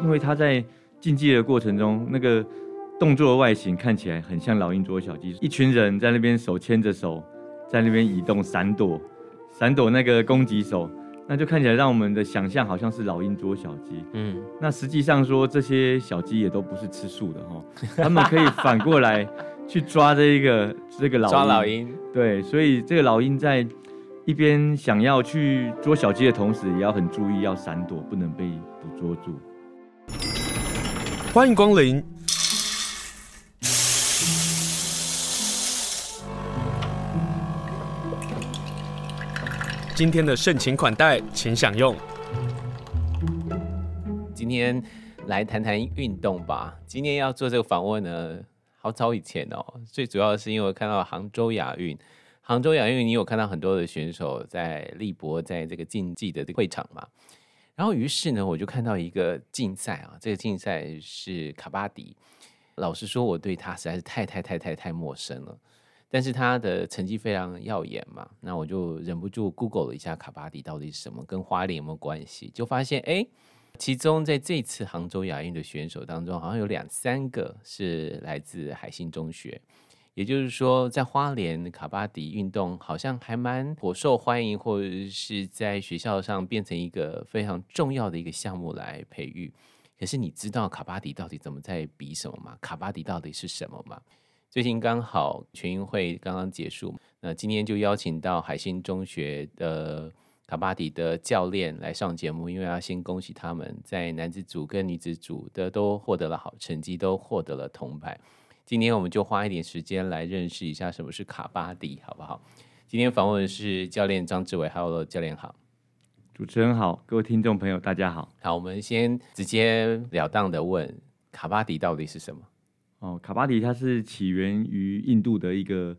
因为他在竞技的过程中，那个动作外形看起来很像老鹰捉小鸡，一群人在那边手牵着手，在那边移动闪躲，闪躲那个攻击手，那就看起来让我们的想象好像是老鹰捉小鸡。嗯，那实际上说，这些小鸡也都不是吃素的 哈、他们可以反过来去抓这一个这个老抓老鹰。鹰，对，所以这个老鹰在一边想要去捉小鸡的同时，也要很注意要闪躲，不能被捕捉住。欢迎光临。今天的盛情款待，请享用。今天来谈谈运动吧。今天要做这个访问呢，好早以前哦。最主要是因为我看到杭州亚运，杭州亚运你有看到很多的选手在力搏，在这个竞技的这个会场嘛。然后于是呢，我就看到一个竞赛啊，这个竞赛是卡巴迪。老实说，我对他实在是太太太太太陌生了。但是他的成绩非常耀眼嘛，那我就忍不住 Google 了一下卡巴迪到底是什么，跟花莲有没有关系，就发现哎。诶其中在这次杭州亚运的选手当中，好像有两三个是来自海信中学，也就是说，在花莲卡巴迪运动好像还蛮颇受欢迎，或者是在学校上变成一个非常重要的一个项目来培育。可是你知道卡巴迪到底怎么在比什么吗？卡巴迪到底是什么吗？最近刚好全运会刚刚结束，那今天就邀请到海信中学的卡巴迪的教练来上节目，因为要先恭喜他们在男子组跟女子组的都获得了好成绩，都获得了铜牌。今天我们就花一点时间来认识一下什么是卡巴迪，好不好？今天访问的是教练张志伟，Hello，教练好。主持人好，各位听众朋友大家好。好，我们先直截了当的问，卡巴迪到底是什么？哦，卡巴迪它是起源于印度的一个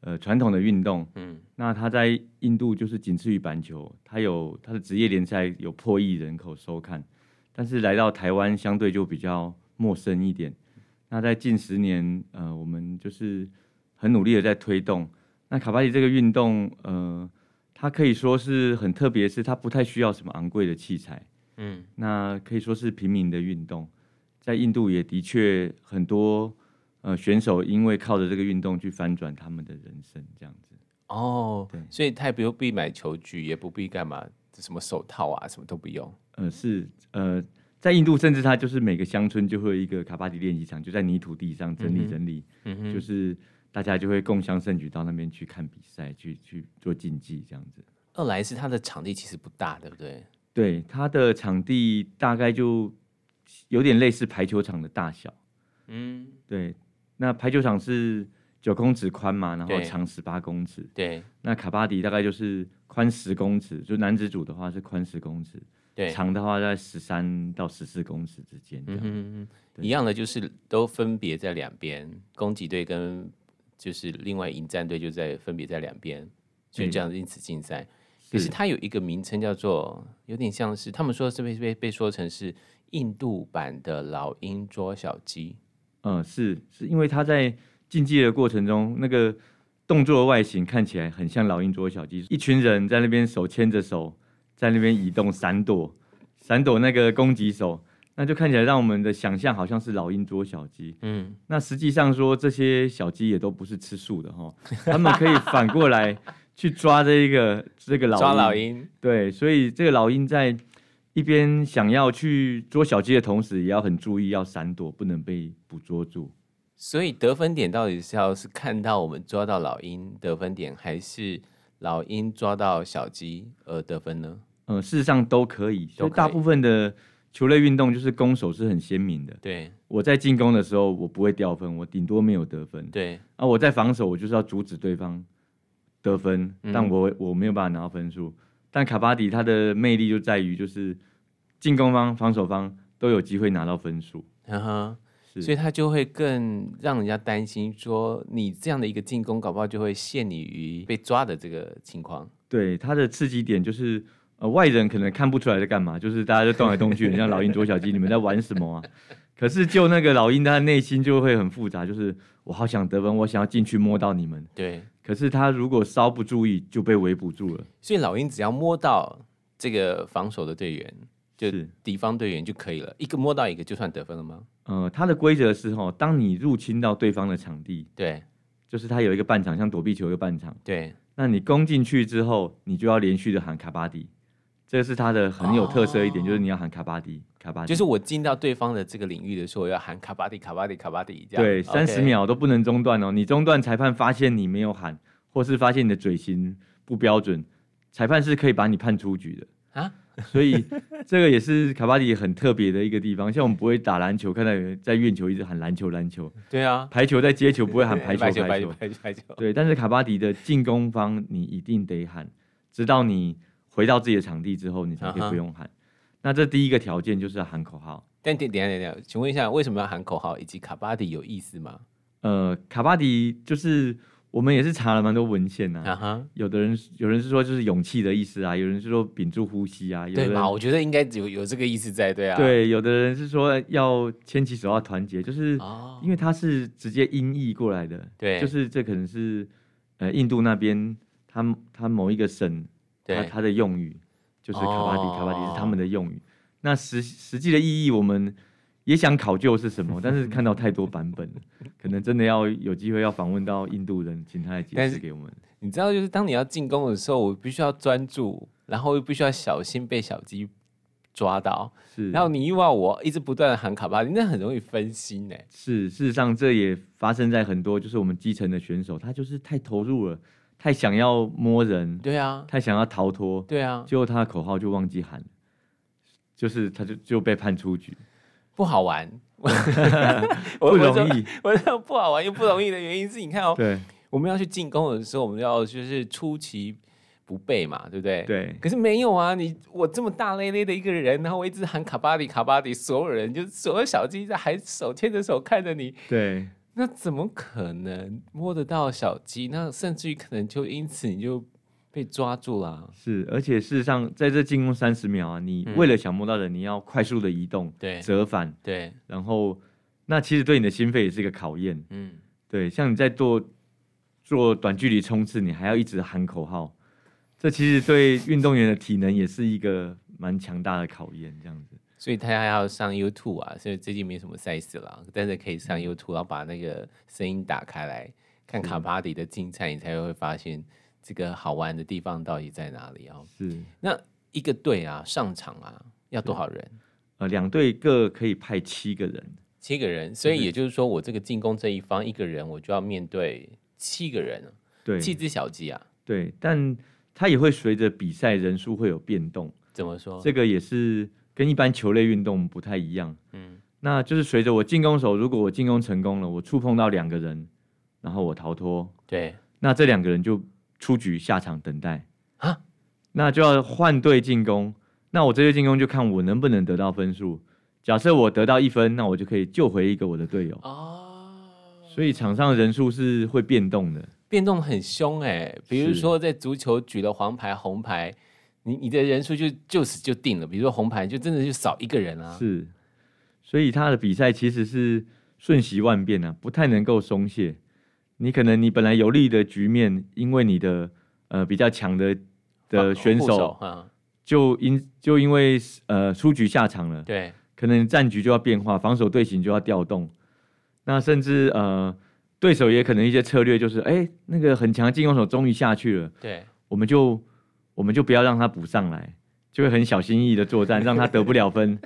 呃传统的运动，嗯，那它在印度就是仅次于板球，它有它的职业联赛有破亿人口收看，但是来到台湾相对就比较陌生一点。那在近十年，呃，我们就是很努力的在推动。那卡巴迪这个运动，呃，它可以说是很特别，是它不太需要什么昂贵的器材，嗯，那可以说是平民的运动，在印度也的确很多呃选手因为靠着这个运动去翻转他们的人生，这样子。哦对，所以他也不必买球具，也不必干嘛，什么手套啊，什么都不用。呃，是呃，在印度甚至它就是每个乡村就会有一个卡巴迪练习场，就在泥土地上整嗯理哼整理，嗯哼就是大家就会共襄盛举到那边去看比赛，去去做竞技这样子。二来是它的场地其实不大，对不对？对，它的场地大概就有点类似排球场的大小。嗯，对，那排球场是九公尺宽嘛，然后对长十八公尺。对那卡巴迪大概就是宽十公尺，就男子组的话是宽十公尺，对，长的话在十三到十四公尺之间这嗯样。哼对一样的就是都分别在两边，攻击队跟就是另外迎战队就在分别在两边，就对这样子因此竞赛。可是它有一个名称叫做，有点像是他们说是被被被说成是印度版的老鹰捉小鸡。嗯，是是因为他在竞技的过程中，那个动作外形看起来很像老鹰捉小鸡，一群人在那边手牵着手，在那边移动闪躲，闪躲那个攻击手，那就看起来让我们的想象好像是老鹰捉小鸡。嗯，那实际上说，这些小鸡也都不是吃素的哈，他们可以反过 来去抓这一个这个老抓老鹰鹰。对，所以这个老鹰在一边想要去捉小鸡的同时，也要很注意要闪躲，不能被捕捉住。所以得分点到底是要是看到我们抓到老鹰得分点，还是老鹰抓到小鸡而得分呢？呃，事实上都可以，所都可以以大部分的球类运动就是攻守是很鲜明的。对我在进攻的时候，我不会掉分，我顶多没有得分。对，啊，我在防守，我就是要阻止对方得分，嗯但我我没有办法拿到分数。但卡巴迪他的魅力就在于，就是进攻方、防守方都有机会拿到分数。嗯哼，是所以他就会更让人家担心，说你这样的一个进攻，搞不好就会陷你于被抓的这个情况。对，它的刺激点就是，呃，外人可能看不出来在干嘛，就是大家就动来动去，很像老鹰捉小鸡，你们在玩什么啊？可是就那个老鹰，他的内心就会很复杂，就是我好想得分，我想要进去摸到你们，对，可是他如果稍不注意就被围捕住了。所以老鹰只要摸到这个防守的队员，就是敌方队员就可以了，一个摸到一个就算得分了吗？呃，它的规则是哈，当你入侵到对方的场地，对就是它有一个半场，像躲避球一个半场，对，那你攻进去之后，你就要连续的喊卡巴迪，这是它的很有特色一点，哦就是你要喊卡巴迪，卡巴迪就是我进到对方的这个领域的时候，我要喊卡巴迪卡巴迪卡巴迪这样，对，三十，秒都不能中断哦。你中断，裁判发现你没有喊，或是发现你的嘴型不标准，裁判是可以把你判出局的啊。 所以这个也是卡巴迪很特别的一个地方。像我们不会打篮球，看到有人在运球一直喊篮球篮球，对啊，排球在接球不会喊排对球 排排球球排球。排球排球，对，但是卡巴迪的进攻方你一定得喊，直到你回到自己的场地之后，你才可啊以哈不用喊。那这第一个条件就是喊口号。但等等一下等一下，请问一下，为什么要喊口号？以及卡巴迪有意思吗？呃，卡巴迪就是我们也是查了蛮多文献啊啊哈，有的人有人是说就是勇气的意思啊，有人是说屏住呼吸啊，有的对人嘛？我觉得应该有有这个意思在，对啊，，对有的人是说要牵起手要团结，就是哦，因为它是直接音译过来的，对就是这可能是呃印度那边他他某一个省他对，他的用语就是卡巴迪，哦卡巴迪是他们的用语。那实实际的意义我们也想考究是 什么，但是看到太多版本了，可能真的要有机会要访问到印度人，请他来解但是释给我们。你知道，就是当你要进攻的时候，我必须要专注，然后又必须要小心被小鸡抓到，是，然后你又要我一直不断的喊卡巴迪，那很容易分心哎。是，事实上这也发生在很多就是我们基层的选手，他就是太投入了，太想要摸人，对啊，太想要逃脱，对啊，结果他的口号就忘记喊了，就是他就就被判出局，不好 玩，不我我容说易。我说不好玩又不容易的原因是，你看哦，对我们要去进攻的时候，我们要就是出其不备嘛，对不对？。对，可是没有啊！你我这么大咧咧的一个人，然后我一直喊卡巴迪卡巴迪，所有人就是所有小鸡在还手牵着手看着你，对，那怎么可能摸得到小鸡？那甚至于可能就因此你就被抓住啊啦、是，而且事实上在这进攻三十秒啊，你嗯为了想摸到人，你要快速的移动、对折返，对，然后那其实对你的心肺也是一个考验。嗯，对，像你在做做短距离冲刺，你还要一直喊口号，这其实对运动员的体能也是一个蛮强大的考验。这样子，所以他要上 YouTube 啊，所以最近没什么赛事了，但是可以嗯上 YouTube，然后把那个声音打开来看卡巴迪的竞赛，你才会发现这个好玩的地方到底在哪里哦。是那一个队啊，上场啊，要多少人？呃，两队各可以派七个人，七个人，所以是也就是说，我这个进攻这一方一个人，我就要面对七个人，啊对七只小鸡啊，对，但它也会随着比赛人数会有变动。怎么说？这个也是跟一般球类运动不太一样。嗯嗯，那就是随着我进攻手，如果我进攻成功了，我触碰到两个人，然后我逃脱，对，那这两个人就出局下场等待啊啊，那就要换队进攻。那我这队进攻就看我能不能得到分数。假设我得到一分，那我就可以救回一个我的队友。哦，所以场上的人数是会变动的。变动很凶哎、比如是说在足球举了黄牌、红牌，你你的人数就就此就定了。比如说红牌就真的就少一个人啊，是，所以他的比赛其实是瞬息万变啊，不太能够松懈。你可能你本来有利的局面，因为你的呃比较强的防的选护手啊，就因就因为呃出局下场了，对，可能战局就要变化，防守队形就要调动。那甚至呃对手也可能一些策略就是，哎、那个很强的进攻手终于下去了，对，我们就我们就不要让他补上来，就会很小心翼翼的 作战，让他得不了分。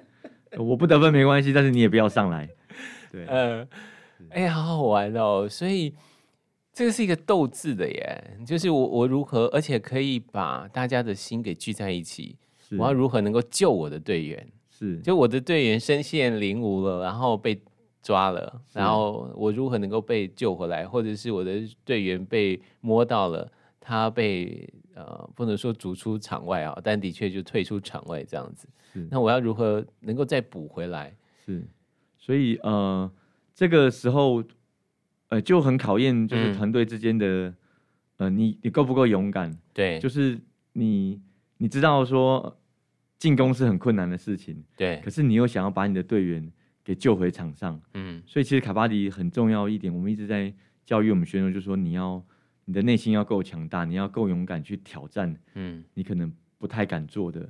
呃我不得分没关系，但是你也不要上来。对，嗯、哎、好好玩哦。所以这个是一个斗志的耶，就是我我如何，而且可以把大家的心给聚在一起，是我要如何能够救我的队员？是就我的队员身陷囹圄了，然后被抓了，是然后我如何能够被救回来，或者是我的队员被摸到了，他被呃不能说逐出场外啊，但的确就退出场外这样子是。那我要如何能够再补回来？是，所以呃，这个时候呃就很考验就是嗯团队之间的、呃，你你够不够勇敢？对，就是你你知道说呃进攻是很困难的事情，对可，是你又想要把你的队员给救回场上，嗯，所以其实卡巴迪很重要一点，我们一直在教育我们选手，就说你要你的内心要够强大，你要够勇敢去挑战嗯，你可能不太敢做的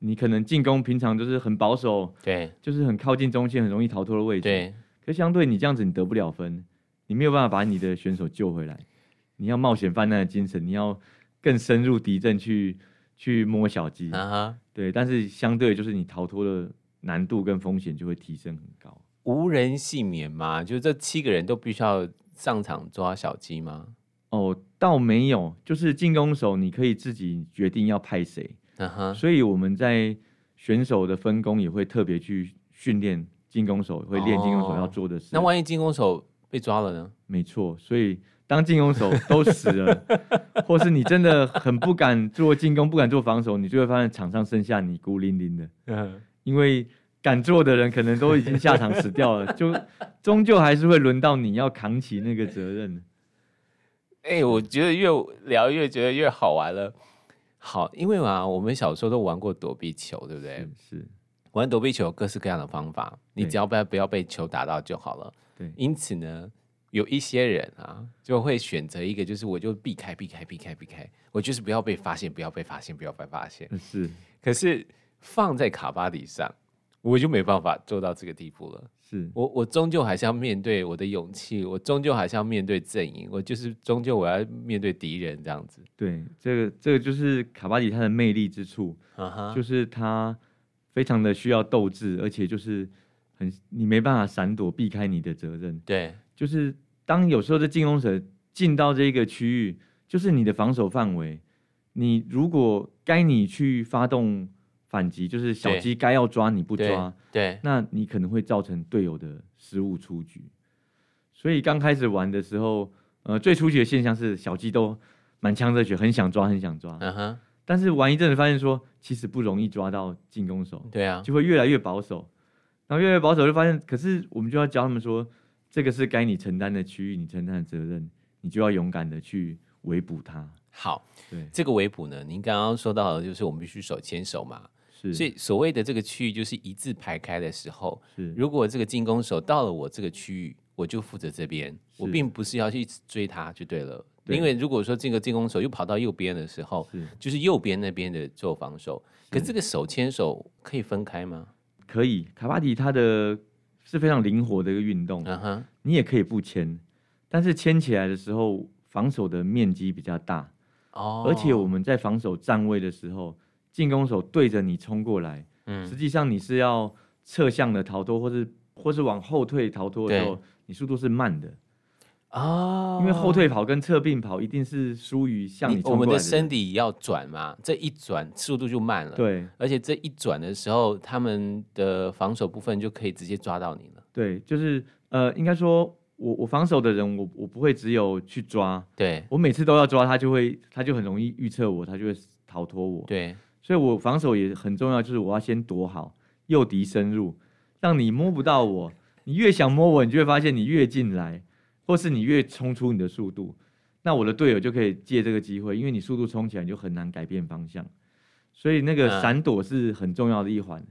你可能进攻平常就是很保守，对就是很靠近中线，很容易逃脱的位置。，对，可相对你这样子，你得不了分，你没有办法把你的选手救回来。你要冒险犯难的精神，你要更深入敌阵去去摸小鸡。啊哈，对，但是相对就是你逃脱的难度跟风险就会提升很高。无人幸免嘛，就这七个人都必须要上场抓小鸡吗？哦，倒没有，就是进攻手你可以自己决定要派谁，啊哈，所以我们在选手的分工也会特别去训练进攻手，会练进攻手哦要做的事。那万一进攻手被抓了呢？没错，所以当进攻手都死了，或是你真的很不敢做进攻、不敢做防守，你就会发现场上剩下你孤零零的，嗯，因为敢做的人可能都已经下场死掉了，就终究还是会轮到你要扛起那个责任。哎、我觉得越聊越觉得越好玩了。好，因为嘛，我们小时候都玩过躲避球，对不对？嗯是，是玩躲避球有各式各样的方法，你对只要不要不要被球打到就好了。对因此呢，有一些人啊，就会选择一个，就是我就避开、避开、避开、避开，我就是不要被发现，不要被发现，不要被发现。呃是可是放在卡巴里上，我就没办法做到这个地步了。是，我我终究还是要面对我的勇气，我终究还是要面对阵营，我就是终究我要面对敌人这样子。对，这个这个就是卡巴里他的魅力之处，啊哈就是他非常的需要斗志，而且就是很你没办法闪躲避开你的责任。对，就是当有时候这进攻者进到这个区域，就是你的防守范围，你如果该你去发动反击，就是小对鸡该要抓你不抓，对那你可能会造成队友的失误出局。所以刚开始玩的时候，呃，最初期的现象是小鸡都满腔热血，很想抓，很想抓。对，嗯哼，但是玩一阵子发现说，其实不容易抓到进攻手，对啊，就会越来越保守，然后越来越保守，就发现，可是我们就要教他们说，这个是该你承担的区域，你承担的责任，你就要勇敢的去围捕它。好。对，这个围捕呢，您刚刚说到的就是我们必须手牵手嘛，是所以所谓的这个区域就是一字排开的时候，是如果这个进攻手到了我这个区域，我就负责这边，我是并不是要去追他就对了，对因为如果说这个进攻手又跑到右边的时候，是就是右边那边的做防守，可这个手牵手可以分开吗？可以。卡巴迪它的是非常灵活的一个运动，嗯哼，你也可以不牵，但是牵起来的时候，防守的面积比较大，哦，而且我们在防守站位的时候，进攻手对着你冲过来。实嗯际上你是要侧向的逃脱，或是或是往后退逃脱的时候，你速度是慢的，啊因为后。退跑跟侧并跑一定是疏于向你你我冲过们来的的身体要转嘛，这一转速度就慢了。对而且这一转的时候，他们的防守部分就可以直接抓到你了。对，就是呃，应该说我我防守的人，我我不会只有去抓，对我每次都要抓他就会他就很容易预测我，他就会逃脱我，对，所以我防守也很重要，就是我要先躲好，诱敌深入，让你摸不到我。你越想摸我，你就会发现你越进来，或是你越冲出你的速度，那我的队友就可以借这个机会，因为你速度冲起来，你就很难改变方向。所以那个嗯闪躲是很重要的一环，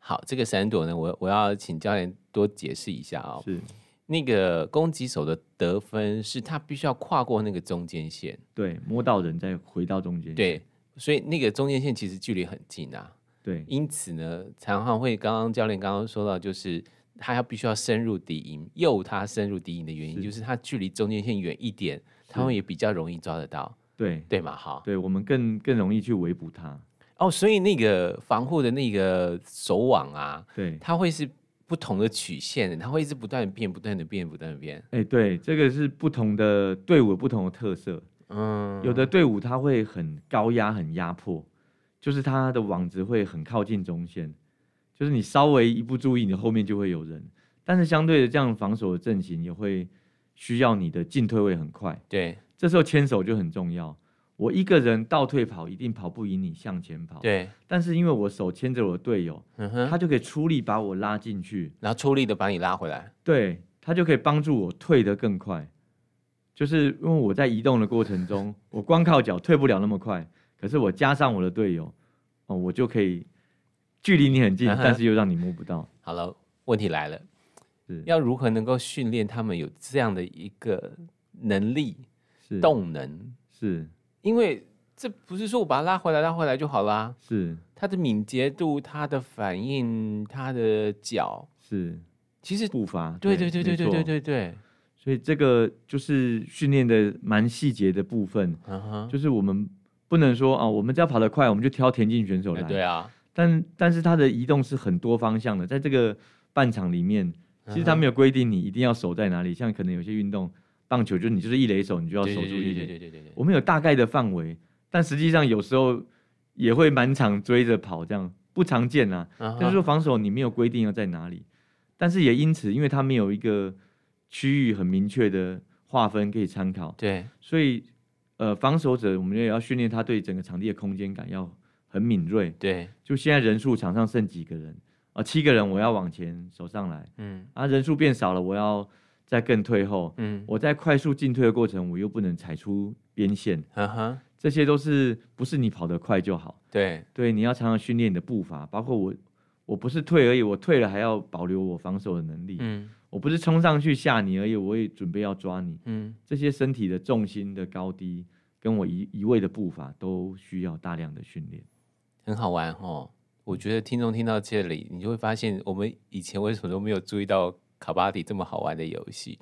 好，这个闪躲呢，我我要请教练多解释一下哦。是那个攻击手的得分是他必须要跨过那个中间线，对摸到人再回到中间。对，所以那个中间线其实距离很近啊。对因此呢，常常会刚刚教练刚刚说到，就是他要必须要深入敌营，诱他深入敌营的原因是就是他距离中间线远一点，他们也比较容易抓得到，对对吗？好，对，我们更更容易去围捕他。哦，所以那个防护的那个手网啊，对，它会是不同的曲线的，它会一直不断的变，不断的变，不断的变。哎、对，这个是不同的队伍有不同的特色。嗯，有的队伍他会很高压、很压迫，就是他的网子会很靠近中线，就是你稍微一不注意，你后面就会有人。但是相对的，这样防守的阵型也会需要你的进退位很快，对这时候牵手就很重要。我一个人倒退跑，一定跑不赢你向前跑。对，但是因为我手牵着我的队友，嗯哼，他就可以出力把我拉进去，然后出力的把你拉回来。对，它就可以帮助我退得更快。就是因为我在移动的过程中， 我光靠脚退不了那么快，可是我加上我的队友，哦，我就可以距离你很近， 嗯哼但是又让你摸不到。好了，问题来了，是要如何能够训练他们有这样的一个能力、是动能？是因为这不是说我把它拉回来，拉回来就好啦。是他的敏捷度、他的反应、他的脚，是其实步伐，对对对对对没错对对对，所以这个就是训练的蛮细节的部分，嗯哼，就是我们不能说啊，我们只要跑得快，我们就挑田径选手哎来。对啊，但但是他的移动是很多方向的，在这个半场里面，其实他嗯哼没有规定你一定要守在哪里，像可能有些运动，棒球就是你就是一垒手，你就要对守住对一对垒。对嗯对对对对，我们有大概的范围，但实际上有时候也会满场追着跑，这样不常见啊。嗯就是哼说防守你没有规定要在哪里，但是也因此，因为它没有一个区域很明确的划分可以参考，对，所以呃，防守者我们也要训练他对整个场地的空间感要很敏锐。对，就现在人数场上剩几个人啊、七个人，我要往前守上来嗯啊，人数变少了，我要再更退后。嗯，我在快速进退的过程，我又不能踩出边线，嗯哼，这些都是不是你跑得快就好。对，对，你要常常训练你的步伐，包括我，我不是退而已，我退了还要保留我防守的能力，嗯我不是冲上去吓你而已，我也准备要抓你，嗯这些身体的重心的高低，跟我一一味的步伐都需要大量的训练。很好玩哦。我觉得听众听到这里，你就会发现我们以前为什么都没有注意到卡巴迪这么好玩的游戏。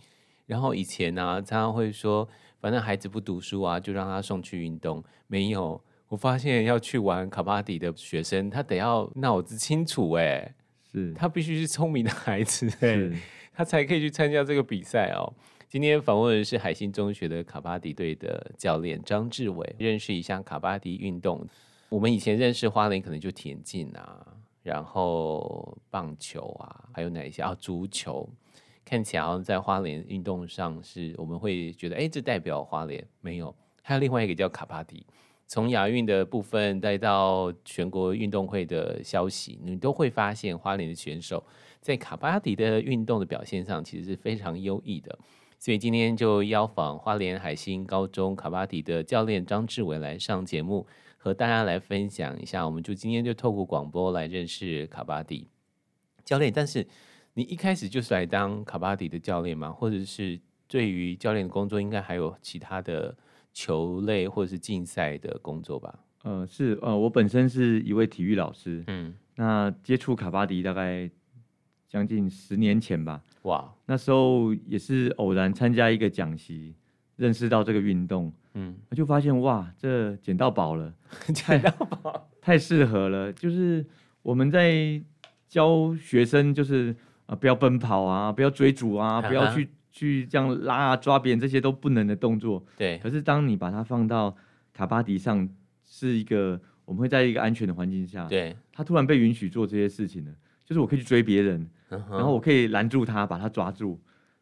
然后以前呢、常常会说，反正孩子不读书啊，就让他送去运动。没有，我发现要去玩卡巴迪的学生，他得要脑子清楚哎、是，他必须是聪明的孩子哎、是他才可以去参加这个比赛哦。今天访问的是海星中学的卡巴迪队的教练张志伟，认识一下卡巴迪运动。我们以前认识花莲可能就田径啊，然后棒球啊，还有哪一些啊？足球，看起来好像在花莲运动上是我们会觉得，哎，这代表花莲没有。还有另外一个叫卡巴迪，从亚运的部分再到全国运动会的消息，你都会发现花莲的选手在卡巴迪的运动的表现上，其实是非常优异的。所以今天就邀访花莲海星高中卡巴迪的教练张志伟来上节目，和大家来分享一下。我们就今天就透过广播来认识卡巴迪教练。但是你一开始就是来当卡巴迪的教练吗？或者是对于教练的工作，应该还有其他的球类或者是竞赛的工作吧？呃，是呃，我本身是一位体育老师，嗯，那接触卡巴迪大概将近十年前吧，哇，那时候也是偶然参加一个讲习，认识到这个运动，嗯，我就发现哇，这捡到宝 了，捡到宝太适合了。就是我们在教学生，就是啊、不要奔跑啊，不要追逐啊，不要去去这样拉啊、抓别人这些都不能的动作。对可，是当你把它放到卡巴迪上，是一个我们会在一个安全的环境下，对，他突然被允许做这些事情了，就是我可以去追别人，然然后我可以拦住他，把他抓住，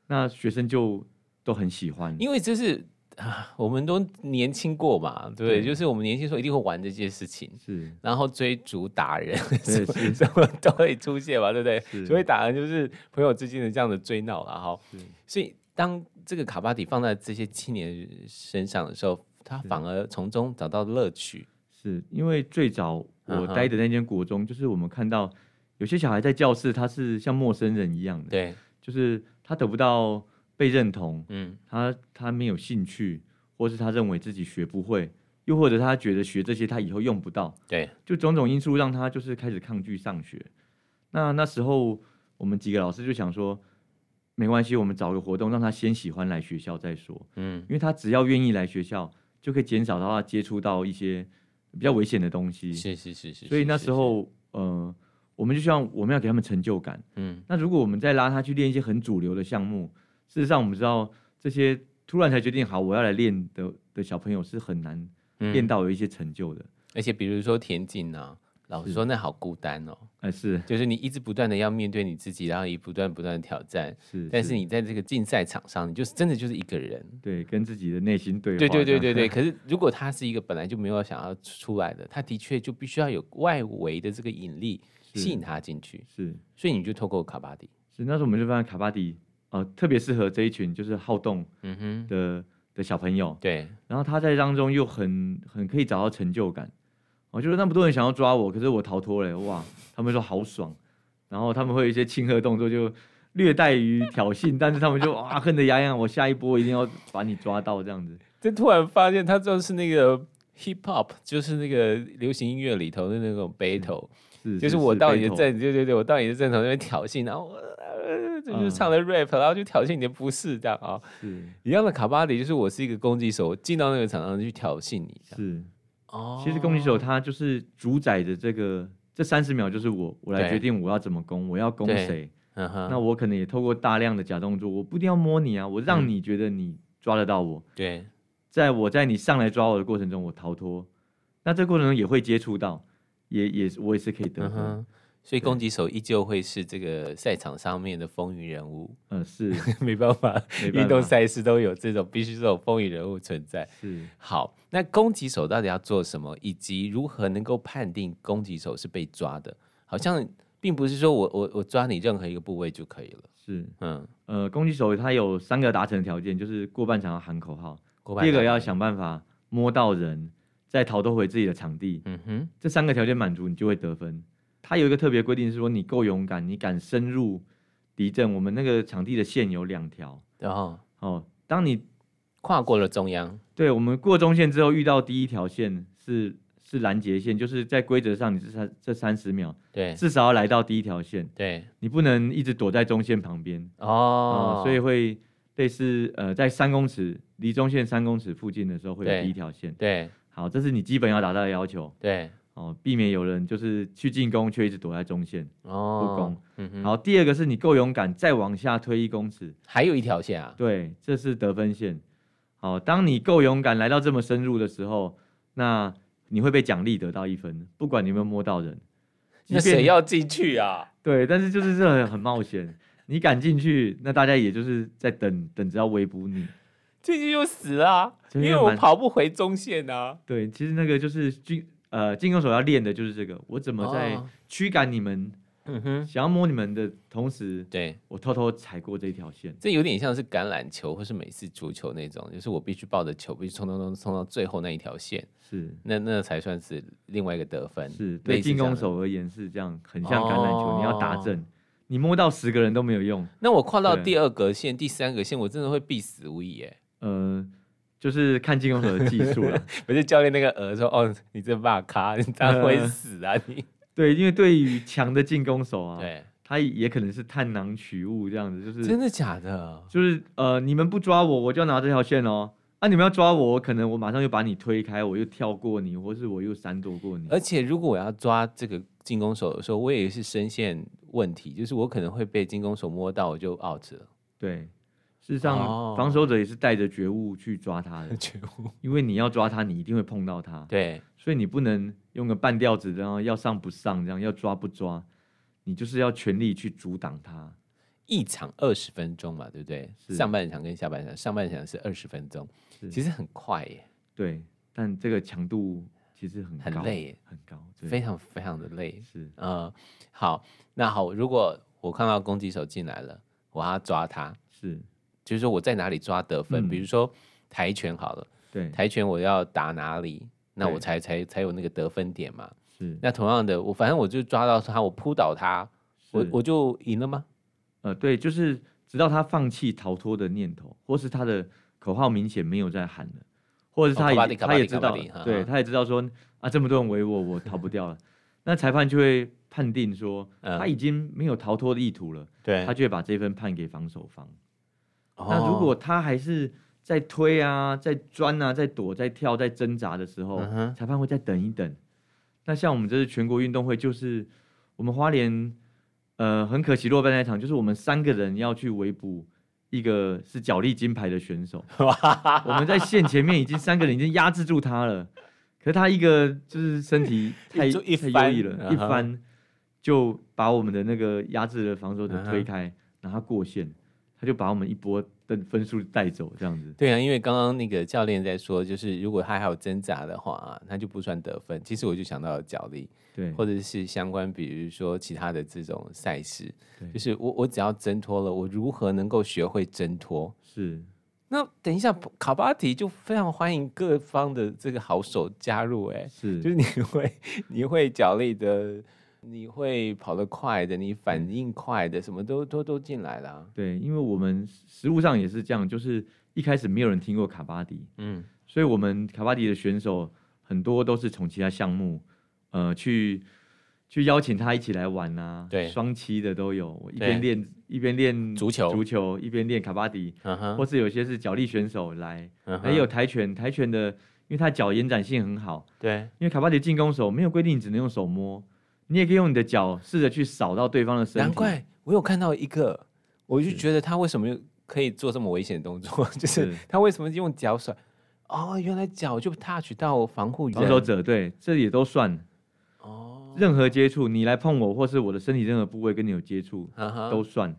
那学生就都很喜欢。因为这是啊，我们都年轻过嘛，对不对？对就是我们年轻时候一定会玩这些事情，是，然后追逐打人，什对么是 什么都会出现嘛，对不对？是所谓打人就是朋友之间的这样的追闹了哈。所以当这个卡巴迪放在这些青年身上的时候，他反而从中找到乐趣。是因为最早嗯我哼待的那间国中，就是我们看到有些小孩在教室，他是像陌生人一样的，对，就是他得不到被认同，嗯，他他没有兴趣，或是他认为自己学不会，又或者他觉得学这些他以后用不到，对，就种种因素让他就是开始抗拒上学。那那时候我们几个老师就想说，没关系，我们找个活动让他先喜欢来学校再说。嗯，因为他只要愿意来学校，就可以减少到他接触到一些比较危险的东西。是是是是。所以是那是时候，呃，我们就希望我们要给他们成就感。嗯，那如果我们再拉他去练一些很主流的项目，事实上我们知道这些突然才决定好我要来练的的小朋友是很难嗯练到有一些成就的。而且比如说田径啊，老实说那好孤单哦。哎、是就是你一直不断的要面对你自己，然后也不断不断的挑战。是，但是你在这个竞赛场上，你就是真的就是一个人。对跟自己的内心对话。对对对这对样 对。，可是如果他是一个本来就没有想要出来的，他的确就必须要有外围的这个引力是吸引他进去。是所以你就透过卡巴迪，是，那时候我们就发现卡巴迪，呃，特别适合这一群就是好动嗯哼，的的小朋友。对，然后他在当中又很很可以找到成就感。我觉得那么多人想要抓我，可是我逃脱了，哇！他们说好爽，然后他们会有一些亲和动作，就略带于挑衅，但是他们就啊恨得牙痒，我下一波一定要把你抓到这样子。这突然发现他就是那个 hip hop 就是那个流行音乐里头的那种 battle，是就是我到你的， battle 正，对对对，我到你的正头那边挑衅，然后我呃就是唱的 rap，然后就挑衅你的不是这样啊、是一样的卡巴里，就是我是一个攻击手，我进到那个场上去挑衅你。这样是。哦其实攻击手他就是主宰着这个这三十秒，就是我我来决定我要怎么攻，我要攻对谁。嗯哼，那我可能也透过大量的假动作，我不一定要摸你啊，我嗯让你觉得你抓得到我。对在我在你上来抓我的过程中，我逃脱。那这过程中也会接触到，也也我也是可以得分。嗯哼，所以对攻击手依旧会是这个赛场上面的风云人物， 呃，是没办法，没办运动法赛事都有这种必须这种风云人物存在。是好，那攻击手到底要做什么，以及如何能够判定攻击手是被抓的？好像并不是说我我我抓你任何一个部位就可以了。是。嗯，呃，攻击手他有三个达成的条件，就是过半场要喊口号，郭半第二个男要孩，想办法摸到人，再逃脱回自己的场地。嗯哼，这三个条件满足，你就会得分。它有一个特别规定是说，你够勇敢，你敢深入敌阵。我们那个场地的线有两条然后哦。当你跨过了中央，对我们过中线之后，遇到第一条线是是拦截线，就是在规则上，你这三这三十秒对至少要来到第一条线，对你不能一直躲在中线旁边哦哦、所以会类似呃，在三公尺离中线三公尺附近的时候会有对第一条线。对好，这是你基本要达到的要求对哦，避免有人就是去进攻却一直躲在中线。哦，攻嗯哼，好，第二个是你够勇敢，再往下推一公尺，还有一条线啊，对，这是得分线。好，当你够勇敢来到这么深入的时候，那你会被奖励得到一分，不管你有没有摸到人。那即便谁要进去啊？对，但是就是这很很冒险，你敢进去，那大家也就是在等等着要围捕你。进去就死了啊，这因个为我蛮跑不回中线啊。对，其实那个就是进呃进攻手要练的就是这个，我怎么在哦驱赶你们，嗯哼，想要摸你们的同时，对，我偷偷踩过这条线。这有点像是橄榄球或是美式足球那种，就是我必须抱着球，必须冲冲冲冲到最后那一条线，是。那那才算是另外一个得分。是对类似进这攻样的。手而言是这样，很像橄榄球，你要打哦阵，你摸到十个人都没有用。那我跨到对第二格线、第三格线，我真的会必死无疑耶！呃，就是看进攻手的技术 了。不是教练那个鹅说：“哦，你这骂咖，你当然会死啊你对，因为对于强的进攻手！”啊，对，他也可能是探囊取物这样子，就是真的假的？就是呃，你们不抓我，我就要拿这条线哦。啊，你们要抓我，我可能我马上就把你推开，我又跳过你，或是我又闪躲过你。而且如果我要抓这个进攻手的时候，我也是深陷问题，就是我可能会被进攻手摸到，我就 out 了， 对，事实上，哦，防守者也是带着觉悟去抓他的 觉悟。因为你要抓他，你一定会碰到他。对，所以你不能用个半吊子，然后要上不上，这样要抓不抓，你就是要全力去阻挡它。一场二十分钟嘛，对不对？是上半场跟下半场，上半场是二十分钟，是其实很快耶，对，但这个强度其实很高很累，耶，很高，对，非常非常的累。是嗯，好，那好，如果我看到攻击手进来了，我要抓他，是，就是说我在哪里抓得分，嗯比如说跆拳好了，对，跆拳我要打哪里，那我对才才才有那个得分点嘛。是，那同样的，我反正我就抓到他，我扑倒他，我是我就赢了吗？呃，对，就是直到他放弃逃脱的念头，或是他的口号明显没有在喊了，或者是哦他已、卡巴里卡巴他也里知卡巴道里哈，对，哈他也知道说啊，这么多人围我，我逃不掉 了。那裁判就会判定说，嗯他已经没有逃脱的意图了，对他就会把这份判给防守方。那那如果他还是在推啊、在钻啊、在躲、在跳、在挣扎的时候，嗯哼裁判会再等一等。那像我们这次全国运动会，就是我们花莲，呃，很可惜落败那一场，就是我们三个人要去围捕一个是角力金牌的选 手，我们在线前面已经三个人已经压制住他了，可是他一个就是身体 太就一太翻优异了，一嗯哼翻就把我们的那个压制的防守者嗯哼推开，然后他过线，他就把我们一波的分数带走，这样子。对啊，因为刚刚那个教练在说，就是如果他还有挣扎的话、啊，那就不算得分。其实我就想到了角力，对，或者是相关，比如说其他的这种赛事对，就是我我只要挣脱了，我如何能够学会挣脱？是那等一下，卡巴迪就非常欢迎各方的这个好手加入、欸，是就是你会 你会脚力的，你会跑得快的，你反应快的，什么都都都进来了啊、对，因为我们实物上也是这样，就是一开始没有人听过卡巴迪，嗯，所以我们卡巴迪的选手很多都是从其他项目，呃，去去邀请他一起来玩啊，对双栖的都有，我一对边练一边练足球足球一边练卡巴迪，嗯哼，或是有些是脚力选手来，嗯哼还有跆拳，跆拳的，因为他脚延展性很好，对因为卡巴迪进攻手没有规定你只能用手摸，你也可以用你的脚试着去扫到对方的身体，难怪我有看到一个，我就是觉得他为什么可以做这么危险的动作， 就是是他为什么用脚甩？哦，原来脚就 touch 到防护人防守者对，这也都算。哦，任何接触，你来碰我，或是我的身体任何部位跟你有接触，嗯哼都算。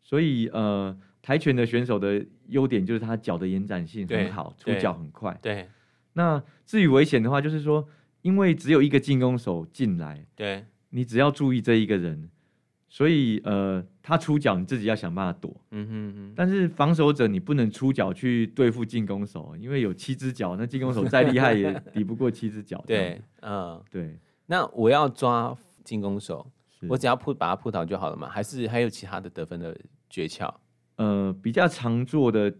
所以呃，跆拳的选手的优点就是他脚的延展性对很好，出对脚很快。对那至于危险的话，就是说，因为只有一个进攻手进来，对你只要注意这一个人，所以呃，他出脚你自己要想办法躲。嗯哼嗯哼，但是防守者你不能出脚去对付进攻手，因为有七只脚，那进攻手再厉害 也抵不过七只脚这样对子。嗯，对，那我要抓进攻手，是我只要扑把他扑倒就好了嘛？还是还有其他的得分的诀窍？呃，比较常做的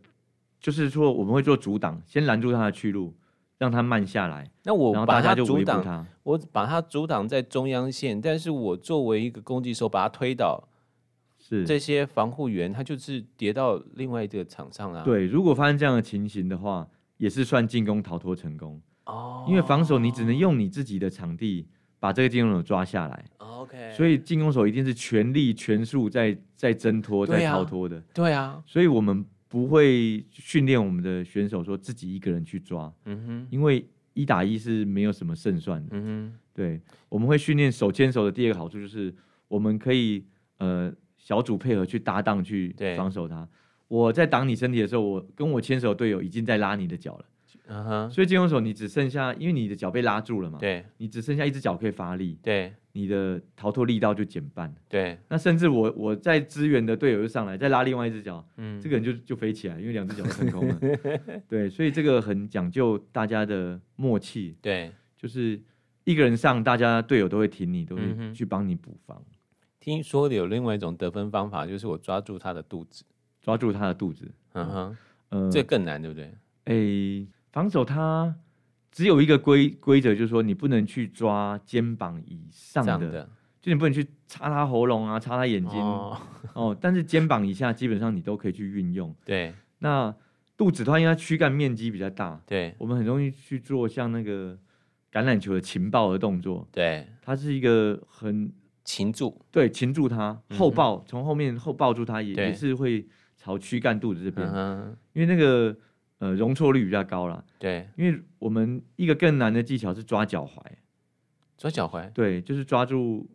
就是说我们会做阻挡，先拦住他的去路，让他慢下来，那然我后哦把大他家就阻围捕挡，他。我把他阻挡在中央线，但是我作为一个攻击手把他推倒，是，这些防护员他就是跌到另外一个场上啊。，对。如果发生这样的情形的话，也是算进攻逃脱成功，哦，因为防守你只能用你自己的场地把这个进攻手抓下来，哦 OK，所以进攻手一定是全力全速在在挣脱、在对啊逃脱的。对啊，所以我们不会训练我们的选手说自己一个人去抓，嗯哼，因为一打一是没有什么胜算的。嗯对，我们会训练手牵手的第二个好处就是，我们可以呃小组配合去搭档去对防守他。我在挡你身体的时候，我跟我牵手的队友已经在拉你的脚了，哼，嗯哼，所以进攻手你只剩下，因为你的脚被拉住了嘛，对你只剩下一只脚可以发力，对你的逃脱力道就减半。对，那甚至我我在支援的队友又上来，再拉另外一只脚，嗯，这个人就就飞起来，因为两只脚都腾空了。 对，所以这个很讲究大家的默契，对。就是一个人上，大家队友都会挺你，都嗯会哼去帮你补防，听说有另外一种得分方法，就是我抓住他的肚子，抓住他的肚子。嗯哼，呃，这更难，对不对？诶，防守他只有一个规规则，就是说你不能去抓肩膀以上这的，样的就你不能去插他喉咙啊，插他眼睛哦哦，但是肩膀以下基本上你都可以去运用。对那肚子的话，因为它躯干面积比较大，对我们很容易去做像那个橄榄球的情报的动作，对，它是一个很擒住，对擒住它嗯哼后抱，从、后面后抱住它也对也是会朝躯干肚子这边，嗯哼，因为那个呃容错率比较高啦。对，因为我们一个更难的技巧是抓脚踝，抓脚踝，对，就是抓住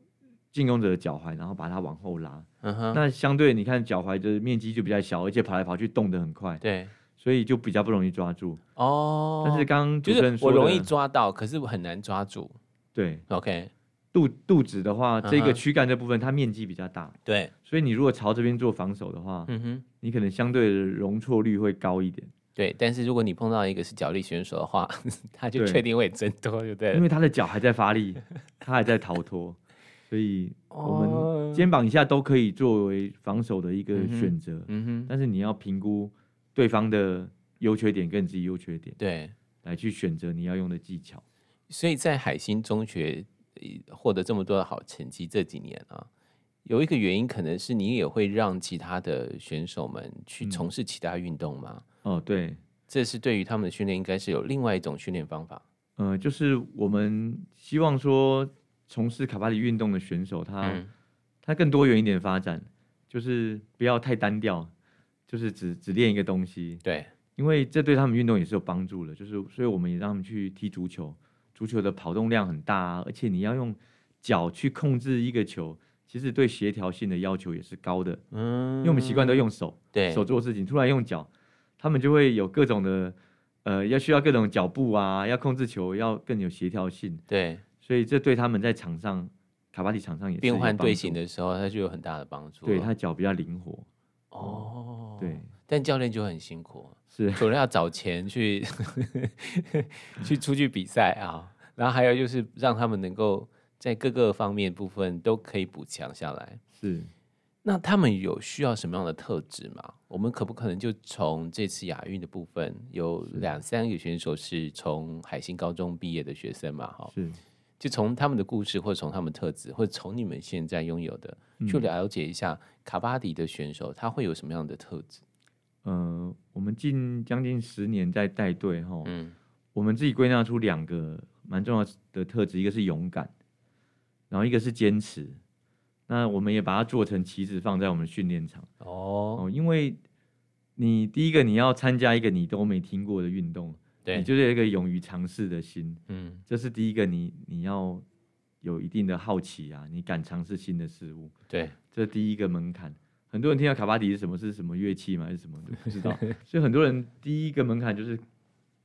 进攻者的脚踝，然后把它往后拉。嗯哼，那相对你看脚踝的面积就比较小，而且跑来跑去动得很快，对，所以就比较不容易抓住。哦，但是刚刚主就持人是说我的，容易抓到，可是我很难抓住。对 OK，肚肚子的话，这嗯个哼躯干这部分它面积比较大，对，所以你如果朝这边做防守的话，嗯哼，你可能相对的容错率会高一点，对。但是如果你碰到一个是脚力选手的话， 他就对确定会挣脱，对不对因了？为他的脚还在发力，他还在逃脱，所以我哦们肩膀以下都可以作为防守的一个嗯哼选择，嗯哼，但是你要评估对方的优缺点跟你自己优缺点，对。来去选择你要用的技巧。所以在海星中学呃获得这么多的好成绩，这几年啊，有一个原因可能是你也会让其他的选手们去嗯从事其他运动嘛。哦，对，这是对于他们的训练，应该是有另外一种训练方法。呃，就是我们希望说从事卡巴里运动的选手，他、嗯，它更多元一点发展，就是不要太单调，就是只只练一个东西，对，因为这对他们运动也是有帮助的。就是所以我们也让他们去踢足球，足球的跑动量很大、啊，而且你要用脚去控制一个球，其实对协调性的要求也是高的，嗯，因为我们习惯都用手对手做事情，突然用脚，他们就会有各种的。呃，要需要各种脚步啊，要控制球，要更有协调性，对所以这对他们在场上卡巴迪场上也是变有换帮队助形的时候，他就有很大的帮助了。对他脚比较灵活，哦，对，但教练就很辛苦，是除了要找钱去 去出去比赛啊，然后还有就是让他们能够在各个方面部分都可以补强下来。是，那他们有需要什么样的特质吗？我们可不可能就从这次亚运的部分，有两三个选手是从海星高中毕业的学生嘛？哈，是就从他们的故事，或从他们特质，或从你们现在拥有的，嗯去了解一下卡巴迪的选手，他会有什么样的特质？呃，我们近将近十年在带队哈，嗯我们自己归纳出两个蛮重要的特质，一个是勇敢，然后一个是坚持。那我们也把它做成旗子放在我们训练场哦，哦，因为你第一个你要参加一个你都没听过的运动，你对，就是有一个勇于尝试的心，嗯这是第一个你你要有一定的好奇啊，你敢尝试新的事物。对，这第一个门槛。很多人听到卡巴迪是什么是什么乐器吗？还是什么都不知道，所以很多人第一个门槛就是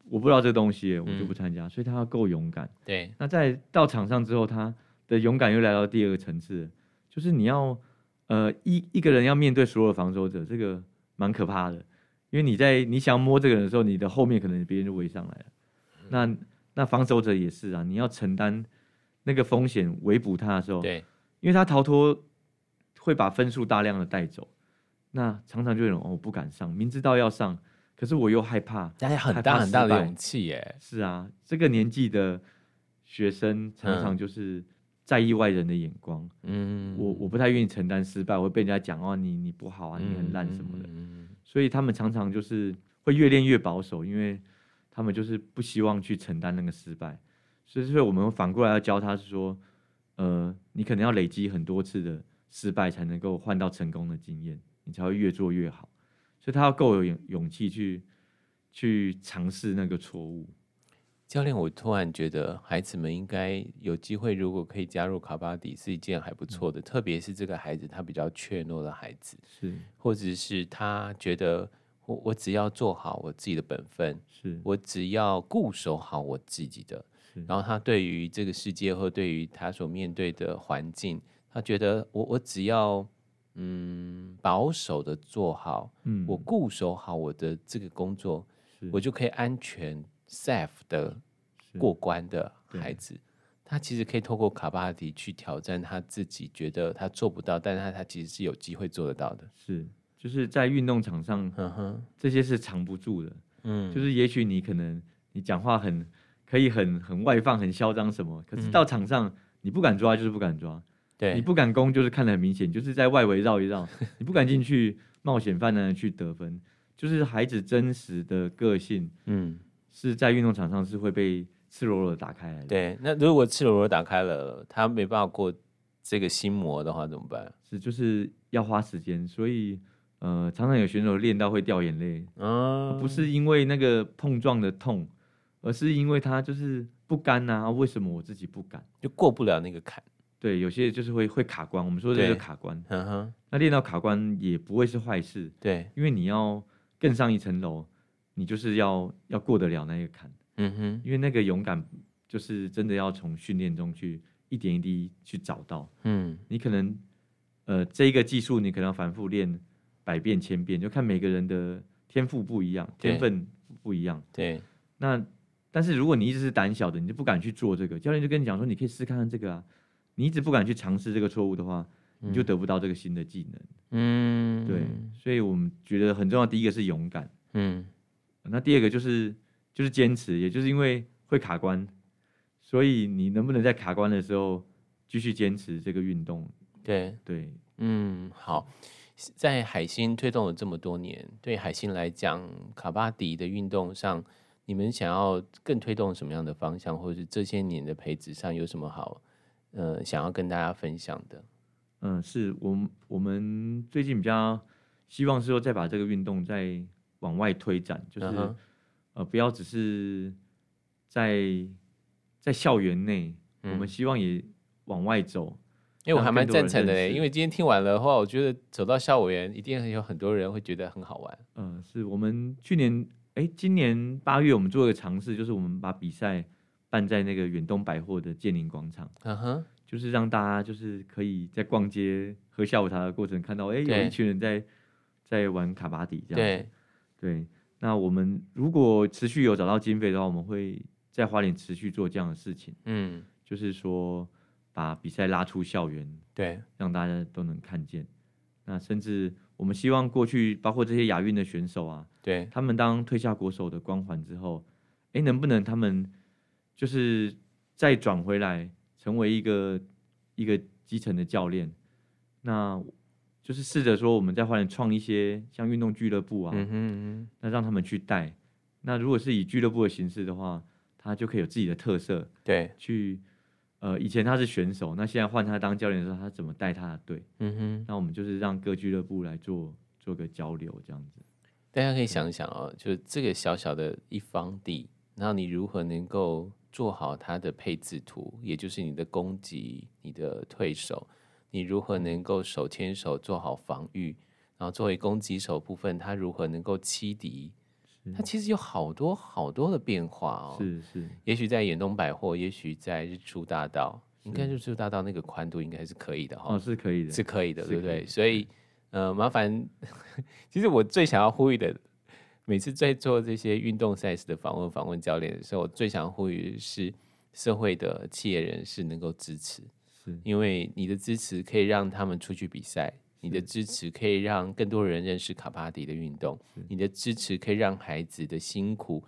我不知道这东西，我就不参加。所以他要够勇敢。对，那在到场上之后，他的勇敢又来到第二个层次了，就是你要呃一一个人要面对所有的防守者，这个蛮可怕的，因为你在你想摸这个人的时候，你的后面可能别人就围上来了，那那防守者也是啊，你要承担那个风险围捕他的时候，对，因为他逃脱会把分数大量的带走，那常常就有人哦不敢上，明知道要上，可是我又害怕。但是很害大怕很失大的败勇气耶，是啊，这个年纪的学生常常就是在意外人的眼光，嗯，我我不太愿意承担失败，我会被人家讲哦你你不好啊，你很烂什么的，嗯所以他们常常就是会越练越保守，因为他们就是不希望去承担那个失败，所以所以我们反过来要教他是说，呃，你可能要累积很多次的失败，才能够换到成功的经验，你才会越做越好，所以他要够有勇勇气去去尝试那个错误，教练，我突然觉得孩子们应该有机会，如果可以加入卡巴迪，是一件还不错嗯的。特别是这个孩子，他比较怯懦的孩子，是或者是他觉得我我只要做好我自己的本分，是。我只要固守好我自己的是，然后他对于这个世界或对于他所面对的环境，他觉得我我只要嗯保守的做好，嗯我固守好我的这个工作，是我就可以安全 safe 的是过关的嗯对孩子，他其实可以透过卡巴迪去挑战他自己觉得他做不到，但是他他其实是有机会做得到的。是，就是在运动场上，嗯哼，这些是藏不住的。嗯，就是也许你可能你讲话很可以很很外放、很嚣张什么，可是到场上你不敢抓就是不敢抓，你嗯对，不敢攻就是看得很明显，就是在外围绕一 绕，你不敢进去冒险犯难的去得分，就是孩子真实的个性嗯，是在运动场上是会被赤裸裸地打开来的。对。那如果赤裸裸打开了，他没办法过这个心魔的话，怎么办？是就是要花时间，所以呃，常常有选手练到会掉眼泪，嗯，不是因为那个碰撞的痛，而是因为他就是不甘呐、啊。为什么我自己不敢？就过不了那个坎。对，有些就是会会卡关。我们说这对个卡关，嗯哼，那练到卡关也不会是坏事，对，因为你要更上一层楼，你就是要要过得了那个坎，嗯哼，因为那个勇敢就是真的要从训练中去一点一滴去找到。嗯，你可能呃这一个技术，你可能要反复练百遍千遍，就看每个人的天赋不一样，对天分不一样。对，那但是如果你一直是胆小的，你就不敢去做这个，教练就跟你讲说，你可以试看看这个啊。你一直不敢去尝试这个错误的话，你就得不到这个新的技能。嗯，对，所以我们觉得很重要。第一个是勇敢，嗯，那第二个就是就是坚持，也就是因为会卡关，所以你能不能在卡关的时候继续坚持这个运动？对。对，嗯，好，在海星推动了这么多年，对海星来讲，卡巴迪的运动上，你们想要更推动什么样的方向，或者是这些年的培植上有什么好，呃，想要跟大家分享的？嗯，是我们我们最近比较希望是说再把这个运动再往外推展，就是、嗯哼呃不要只是在在校园内，我们嗯希望也往外走。因为我让还蛮更多赞人成的认嘞，识因为今天听完的话，我觉得走到校园一定有很多人会觉得很好玩。呃，是我们去年哎今年八月我们做了个尝试，就是我们把比赛办在那个远东百货的建宁广场，嗯哼，就是让大家就是可以在逛街喝下午茶的过程看到，哎有对一群人在在玩卡巴迪这样。对，对，那我们如果持续有找到经费的话，我们会在花莲持续做这样的事情，嗯，就是说把比赛拉出校园，对，让大家都能看见。那甚至我们希望过去包括这些亚运的选手啊，对，他们当退下国手的光环之后，哎，能不能他们就是再转回来，成为一个一个基层的教练？那就是试着说，我们再换创一些像运动俱乐部啊，嗯哼嗯那让他们去带。那如果是以俱乐部的形式的话，他就可以有自己的特色，哼，对，去呃，以前他是选手，那现在换他当教练的时候，他怎么带他的队？嗯哼。那我们就是让各俱乐部来做做个交流，这样子。大家可以想一想哦，就是这个小小的一方地，然后你如何能够做好它的配置图，也就是你的攻击、你的退守，你如何能够手牵手做好防御，然后作为攻击手部分，它如何能够欺敌？它其实有好多好多的变化哦。是是，也许在远东百货，也许在日出大道，应该日出大道那个宽度应该是可以的哈、哦，是可以的。是可以的，是对不可以对？的所以，呃，麻烦，其实我最想要呼吁的，每次在做这些运动赛事的访问、访问教练的时候，我最想呼吁的是社会的企业人士能够支持，是因为你的支持可以让他们出去比赛，你的支持可以让更多人认识卡巴迪的运动，你的支持可以让孩子的辛苦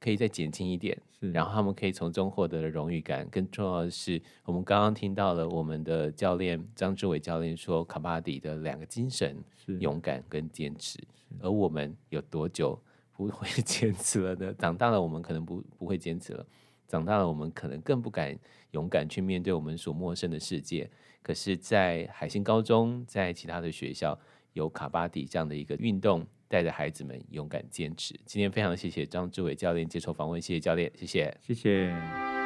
可以再减轻一点。是，然后他们可以从中获得了荣誉感。更重要的是，我们刚刚听到了我们的教练张志伟教练说，卡巴迪的两个精神：是勇敢跟坚持。而我们有多久不会 坚持了呢？长大了，我们可能不不会坚持了。长大了，我们可能更不敢勇敢去面对我们所陌生的世界。可是，在海星高中，在其他的学校，有卡巴迪这样的一个运动，带着孩子们勇敢坚持。今天非常谢谢张志伟教练接受访问，谢谢教练，谢谢。谢谢。